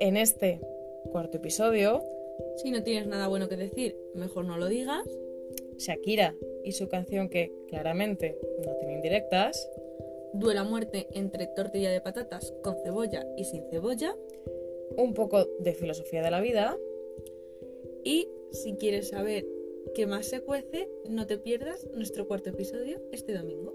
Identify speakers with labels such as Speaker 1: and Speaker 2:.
Speaker 1: en este cuarto episodio,
Speaker 2: Si no tienes nada bueno que decir, mejor no lo digas.
Speaker 1: Shakira y su canción que claramente no tiene indirectas,
Speaker 2: Duela a muerte entre tortilla de patatas con cebolla y sin cebolla.
Speaker 1: un poco de filosofía de la vida,
Speaker 2: Y si quieres saber qué más se cuece, no te pierdas nuestro cuarto episodio este domingo.